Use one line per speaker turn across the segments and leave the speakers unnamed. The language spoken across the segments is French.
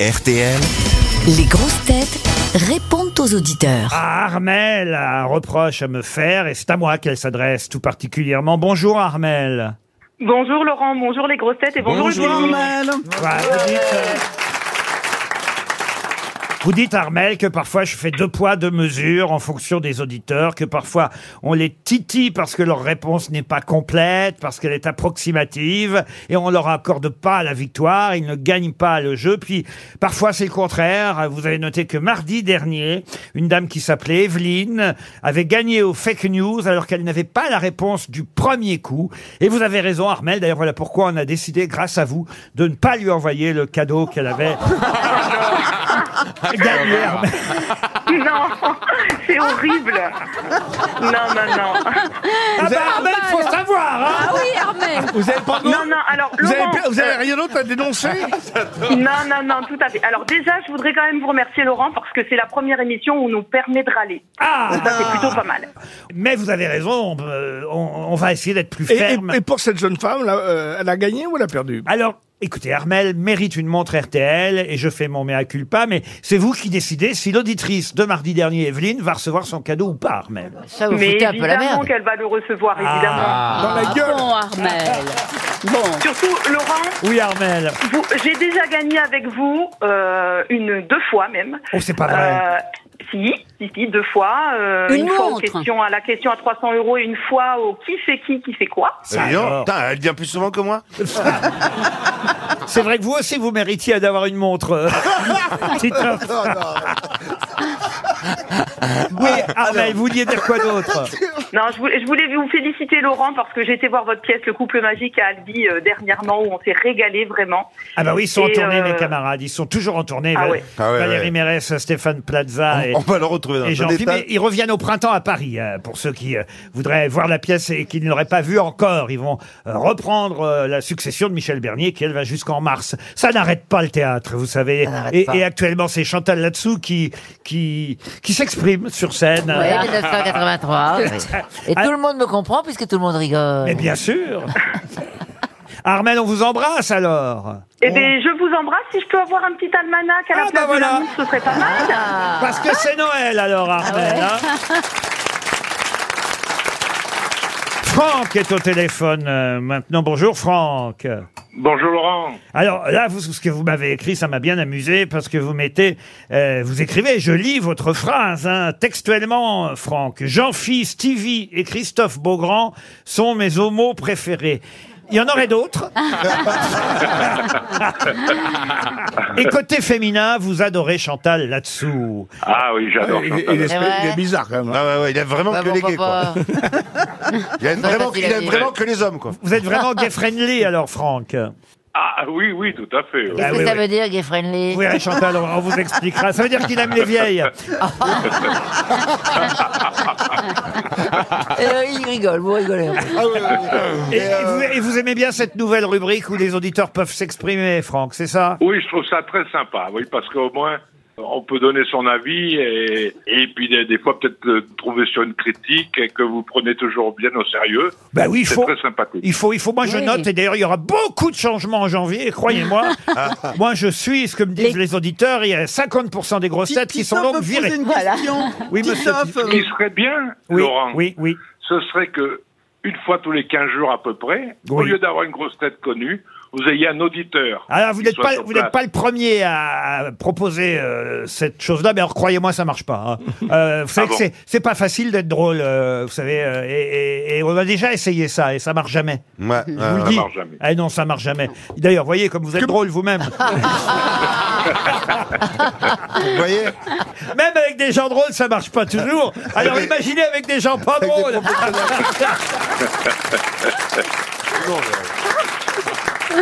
RTL.
Les grosses têtes répondent aux auditeurs.
Ah, Armel a un reproche à me faire et c'est à moi qu'elle s'adresse tout particulièrement. Bonjour Armel.
Bonjour Laurent, bonjour les grosses têtes et bonjour, le public.
Voilà, vous, dites, euh, vous dites, Armel que parfois je fais deux poids deux mesures en fonction des auditeurs, que parfois on les titille parce que leur réponse n'est pas complète, parce qu'elle est approximative et on leur accorde pas la victoire, ils ne gagnent pas le jeu. Puis parfois c'est le contraire. Vous avez noté que mardi dernier, une dame qui s'appelait Evelyne avait gagné au fake news alors qu'elle n'avait pas la réponse du premier coup. Et vous avez raison Armel, d'ailleurs voilà pourquoi on a décidé grâce à vous de ne pas lui envoyer le cadeau qu'elle avait gagné. Armel.
Non, c'est horrible. Non, non, non.
Ah bah, Armel, faut savoir hein
Ah oui, Armel
Vous avez pas
Non, non, alors
Vous
Laurent, euh,
avez, vous avez rien d'autre à dénoncer
non, non, non, tout à fait. Alors déjà, je voudrais quand même vous remercier Laurent parce que c'est la première émission où on nous permet de râler.
Ah
Ça, c'est plutôt pas mal.
Mais vous avez raison, on, euh, on- on va essayer d'être plus
et,
ferme.
et- et pour cette jeune femme, là, euh, elle a gagné ou elle a perdu
Alors, écoutez, Armel mérite une montre RTL et je fais mon mea culpa, mais c'est vous qui décidez si l'auditrice de mardi dernier, Evelyne, va recevoir son cadeau ou pas, Armel.
Ça vous
Mais
foutez un peu la
évidemment
merde.
qu'elle va le recevoir, évidemment.
Dans la
Ah.
gueule
Bon, Armel. Bon.
Surtout, Laurent,
Oui, Armel.
vous- j'ai déjà gagné avec vous euh, une deux fois même.
Oh, c'est pas vrai.
Euh, si, si, si, deux fois. euh,
Une
fois aux
montre.
questions, à la question à 300 euros et une fois au qui fait qui, qui fait quoi.
Ça
Dis donc,
Ah, alors.
putain, elle vient plus souvent que moi
C'est vrai que vous aussi, vous méritiez d'avoir une montre. euh, Titoff. oui, Armel, vous vouliez dire quoi d'autre
Non, je voulais, je voulais vous féliciter, Laurent, parce que j'ai été voir votre pièce, Le couple magique à Albi, euh, dernièrement, où on s'est régalé vraiment.
Ah bah oui, ils sont en
Et,
tournée,
euh,
mes camarades. Ils sont toujours en tournée.
Ah
Val-
ouais.
Ah ouais,
Valérie
ouais.
Mérès, Stéphane Plaza Ah, et,
On va le retrouver dans
et
un
jean
état.
Ils reviennent au printemps à Paris, euh, pour ceux qui euh, voudraient voir la pièce et qui ne l'auraient pas vue encore. Ils vont euh, reprendre euh, la succession de Michel Bernier, qui elle va jusqu'en mars. Ça n'arrête pas le théâtre, vous savez. Et, et actuellement, c'est Chantal Latsou qui, qui, qui s'exprime sur scène. Ah.
Oui, 1983. oui.
Et tout le monde me comprend puisque tout le monde rigole.
Mais bien sûr Armel, on vous embrasse alors
Eh bien, je vous embrasse. Si je peux avoir un petit almanach à la
Oh. Ah,
place
bah voilà. Ah,
de l'annonce, ce serait pas mal.
Parce que c'est Noël alors, Armel. hein. Franck est au téléphone euh, maintenant. Bonjour Franck.
Bonjour Laurent.
Alors là, vous, ce que vous m'avez écrit, ça m'a bien amusé parce que vous mettez, euh, vous écrivez, je lis votre phrase hein, textuellement, euh, Franck. Jean-Phil, Stevie et Christophe Beaugrand sont mes homos préférés. Il y en aurait d'autres. et côté féminin, vous adorez Chantal là-dessous.
Ah oui, j'adore
Euh, il,
Chantal.
est- il est-
Eh ouais.
il est bizarre quand même. hein.
Ah ouais, ouais, il aime vraiment
Bah,
que
bon,
les gays, quoi.
papa.
Il aime
Pas
vraiment,
facile
il
à
aime
dire.
vraiment que les hommes, quoi.
Vous êtes vraiment gay friendly alors, Franck.
Ah oui, oui, tout à fait.
Qu'est-ce
Ah
que
oui,
ça
oui.
veut dire, gay friendly
Vous verrez, Chantal, on on vous expliquera. Ça veut dire qu'il aime les vieilles.
Et
Euh,
là, Il rigole, vous rigolez.
Et, et vous, et vous aimez bien cette nouvelle rubrique où les auditeurs peuvent s'exprimer, Franck, c'est ça
Oui, je trouve ça très sympa, oui, parce qu'au moins, on peut donner son avis et, et puis des, des fois peut-être le trouver sur une critique et que vous prenez toujours bien au sérieux.
Bah oui, il
C'est
faut.
très sympathique.
Il faut, il faut. Moi, je
Oui.
note, et d'ailleurs, il y aura beaucoup de changements en janvier, et croyez-moi. moi, je suis ce que me disent les, auditeurs. Il y a 50% des grosses têtes qui sont donc virées.
Voilà.
Oui, monsieur.
Ce qui serait bien,
Oui,
Laurent,
oui, oui.
ce serait que, une fois tous les 15 jours à peu près, au
Oui.
lieu d'avoir une grosse tête connue, vous ayez un auditeur.
Alors, vous
qui
n'êtes
soit
pas,
sur
vous n'êtes
place.
pas le premier à proposer euh, cette chose-là, mais alors croyez-moi, ça marche pas. hein. Euh, vous savez
Ah
que
bon
c'est, c'est pas facile d'être drôle, euh, vous savez, euh, et, et- et on a déjà essayé ça et ça marche jamais.
Ouais, ouais,
Je vous le
ouais.
dis.
marche jamais.
Ah non, ça marche jamais. D'ailleurs, voyez comme vous êtes drôle vous-même.
Vous voyez
Même avec des gens drôles, ça marche pas toujours. Alors imaginez avec des gens pas drôles.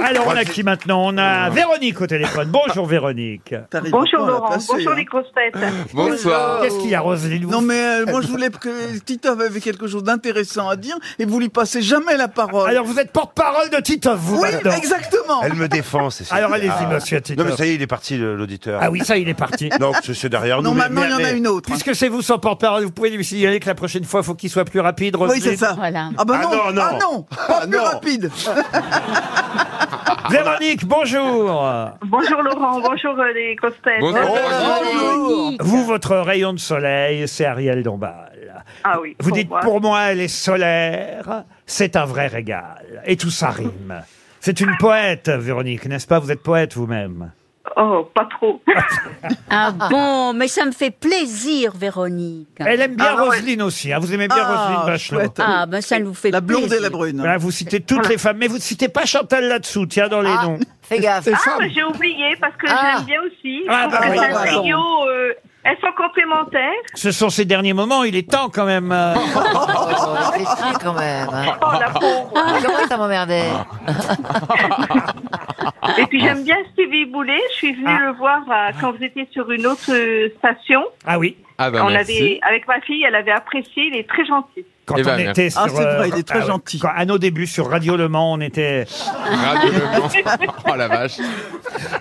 Alors on a qui maintenant On a
Euh.
Véronique au téléphone. Bonjour Véronique.
Bonjour Laurent,
hein.
bonjour les grosses têtes.
Bonsoir.
Qu'est-ce qu'il y a Roselyne Vous-
Non mais euh, moi je voulais que Titov avait quelque chose d'intéressant à dire et vous lui passez jamais la parole.
Alors vous êtes porte-parole de Titoff, vous
oui,
maintenant.
exactement.
Elle me défend, c'est ça.
Alors allez-y
Ah.
monsieur
Non, mais
Titoff.
ça y est, il est parti, le- l'auditeur.
Ah oui, ça il est parti.
Donc, c'est- c'est derrière nous.
Non,
mais-
maintenant il y en a
mais-
une autre. hein.
Puisque c'est vous son porte-parole, vous pouvez lui signaler que la prochaine fois, faut qu'il soit plus rapide.
Oui,
Roselyne. Ah,
c'est ça.
Voilà.
Ah bah
Ah
non,
non, non.
ah non, pas
Ah
plus
non.
rapide.
Véronique, bonjour.
Bonjour Laurent, bonjour euh, les Costel.
Vous, votre rayon de soleil, c'est Ariel Dombal.
Ah oui.
Vous
pour
dites,
moi.
pour moi, elle est solaire, c'est un vrai régal. Et tout ça rime. C'est une poète, Véronique, n'est-ce pas Vous êtes poète vous-même.
Oh, pas trop.
Ah bon, mais ça me fait plaisir, Véronique.
Elle aime bien
Ah, ouais.
Roselyne aussi. hein. Vous aimez bien
Ah,
Roselyne Bachelot. Ah.
chouette.
Ah, ben ça nous fait
La blonde
plaisir.
et la brune.
Voilà, vous citez toutes les femmes, mais vous ne citez pas Chantal là-dessous, tiens, dans les
Ah.
noms.
Fais gaffe.
C'est
Ah,
femme.
mais j'ai oublié parce que
Ah.
j'aime bien aussi.
Ah,
Je trouve
bah
que
oui,
c'est un
pardon.
trio, euh, elles sont complémentaires.
Ce sont ces derniers moments, il est temps quand même. euh.
Oh, réfléchis quand même. hein.
Oh la pauvre.
Comment ça m'emmerdait
Et puis j'aime bien Stevie Boulet. Je suis venue le voir à- quand vous étiez sur une autre euh, station.
Ah oui,
Ah ben
On
merci.
avait, avec ma fille, elle avait apprécié. Il est très gentil.
quand
Eh ben,
on
merci.
était sur.
Ah, c'est vrai, il est très
ouais.
gentil.
Quand- à nos débuts, sur Radio Le Mans, on était.
Radieusement. Oh la vache.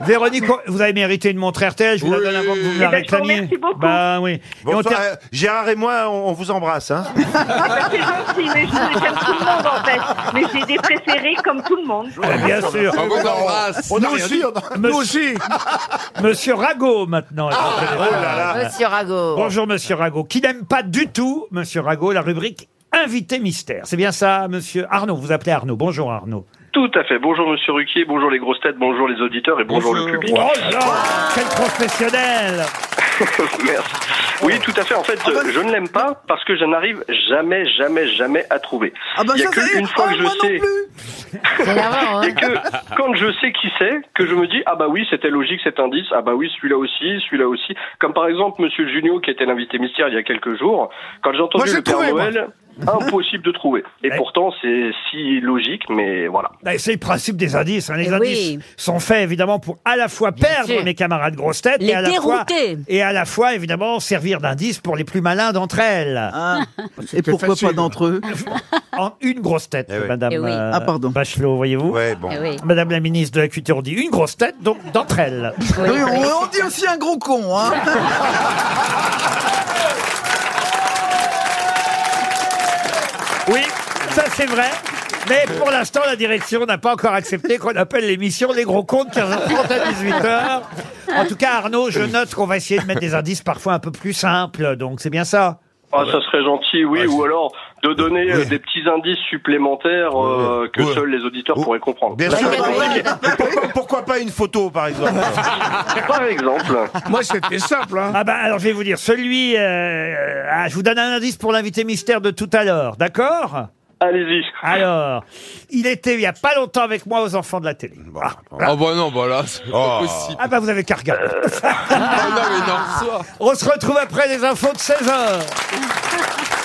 Véronique, vous avez mérité une montre RTL, je vous
Oui.
la donne avant que vous me
Eh
la
ben, je vous
réclamiez.
remercie beaucoup.
Bah oui. Et on
Bonsoir,
ter-
euh, Gérard et moi, on, on vous embrasse. Hein.
C'est gentil, mais je- j'aime tout le monde en fait. Mais j'ai des préférés comme tout le monde.
Ah, bien sûr.
On vous embrasse.
On a
Nous
rien
aussi,
dit.
on a-
Monsieur-
nous aussi.
Monsieur Rago, maintenant. est au téléphone.
Oh là
Ah.
là.
Monsieur Rago.
Bonjour, monsieur Rago, qui n'aime pas du tout, monsieur Rago, la rubrique Invité mystère. C'est bien ça, monsieur Arnaud. Vous appelez Arnaud. Bonjour, Arnaud.
Tout à fait. Bonjour Monsieur Ruquier, bonjour les grosses têtes, bonjour les auditeurs et bonjour, le
Oh
public.
là là, quel professionnel
Merci. Oui, tout à fait. En fait,
bah,
je ne l'aime pas parce que je n'arrive jamais, jamais, jamais à trouver.
Ah ben
Il y a
ça, ça y
que
est.
une fois
Ah,
que je
moi non
sais,
plus.
C'est énervant,
il y
hein
a que quand je sais qui c'est, que je me dis ah bah oui, c'était logique cet indice. Ah bah oui, celui-là aussi, celui-là aussi. Comme par exemple Monsieur Junio qui était l'invité mystère il y a quelques jours. Quand j'ai
Moi,
entendu
j'ai
le Père
trouvé, moi.
Noël, impossible de trouver. Et
Ouais.
pourtant, c'est si logique, mais voilà.
Bah, C'est le principe des indices. hein. Les
Eh
indices
oui.
sont faits évidemment pour à la fois perdre
sûr.
mes camarades grosses têtes
Les
et à la fois
dérouter.
et à la fois évidemment servir d'indice pour les plus malins d'entre elles.
Ah, et
C'était
pourquoi
facile.
pas d'entre eux
En une grosse tête,
Eh oui.
Madame
Eh oui.
euh,
Ah, pardon.
Bachelot, voyez-vous.
Ouais, bon.
Eh oui.
Madame la ministre de la Culture, on dit une grosse tête, donc d'entre elles.
Oui, on, on dit aussi un gros con, hein
Oui, ça c'est vrai. Mais pour l'instant, la direction n'a pas encore accepté qu'on appelle l'émission Les Gros Comptes 15h30 à 18h. En tout cas, Arnaud, je note qu'on va essayer de mettre des indices parfois un peu plus simples, donc c'est bien ça.
Ah, ça serait gentil, oui, ou alors de donner euh, des petits indices supplémentaires euh, que
Ouais. Oh.
seuls les auditeurs
Ouais.
pourraient comprendre.
Bien sûr. Mais pourquoi, pourquoi pas une photo, par exemple
Par exemple,
Moi, c'était simple. Hein.
Ah bah alors je vais vous dire, celui... euh, ah, je vous donne un indice pour l'invité mystère de tout à l'heure, d'accord
allez-y.
Alors, il était il y a pas longtemps avec moi aux enfants de la télé. Ah,
Oh bah non, bah là, c'est pas
Oh.
possible.
ah bah vous avez qu'à regarder.
Ah non, mais non, soit.
On se retrouve après les infos de 16h.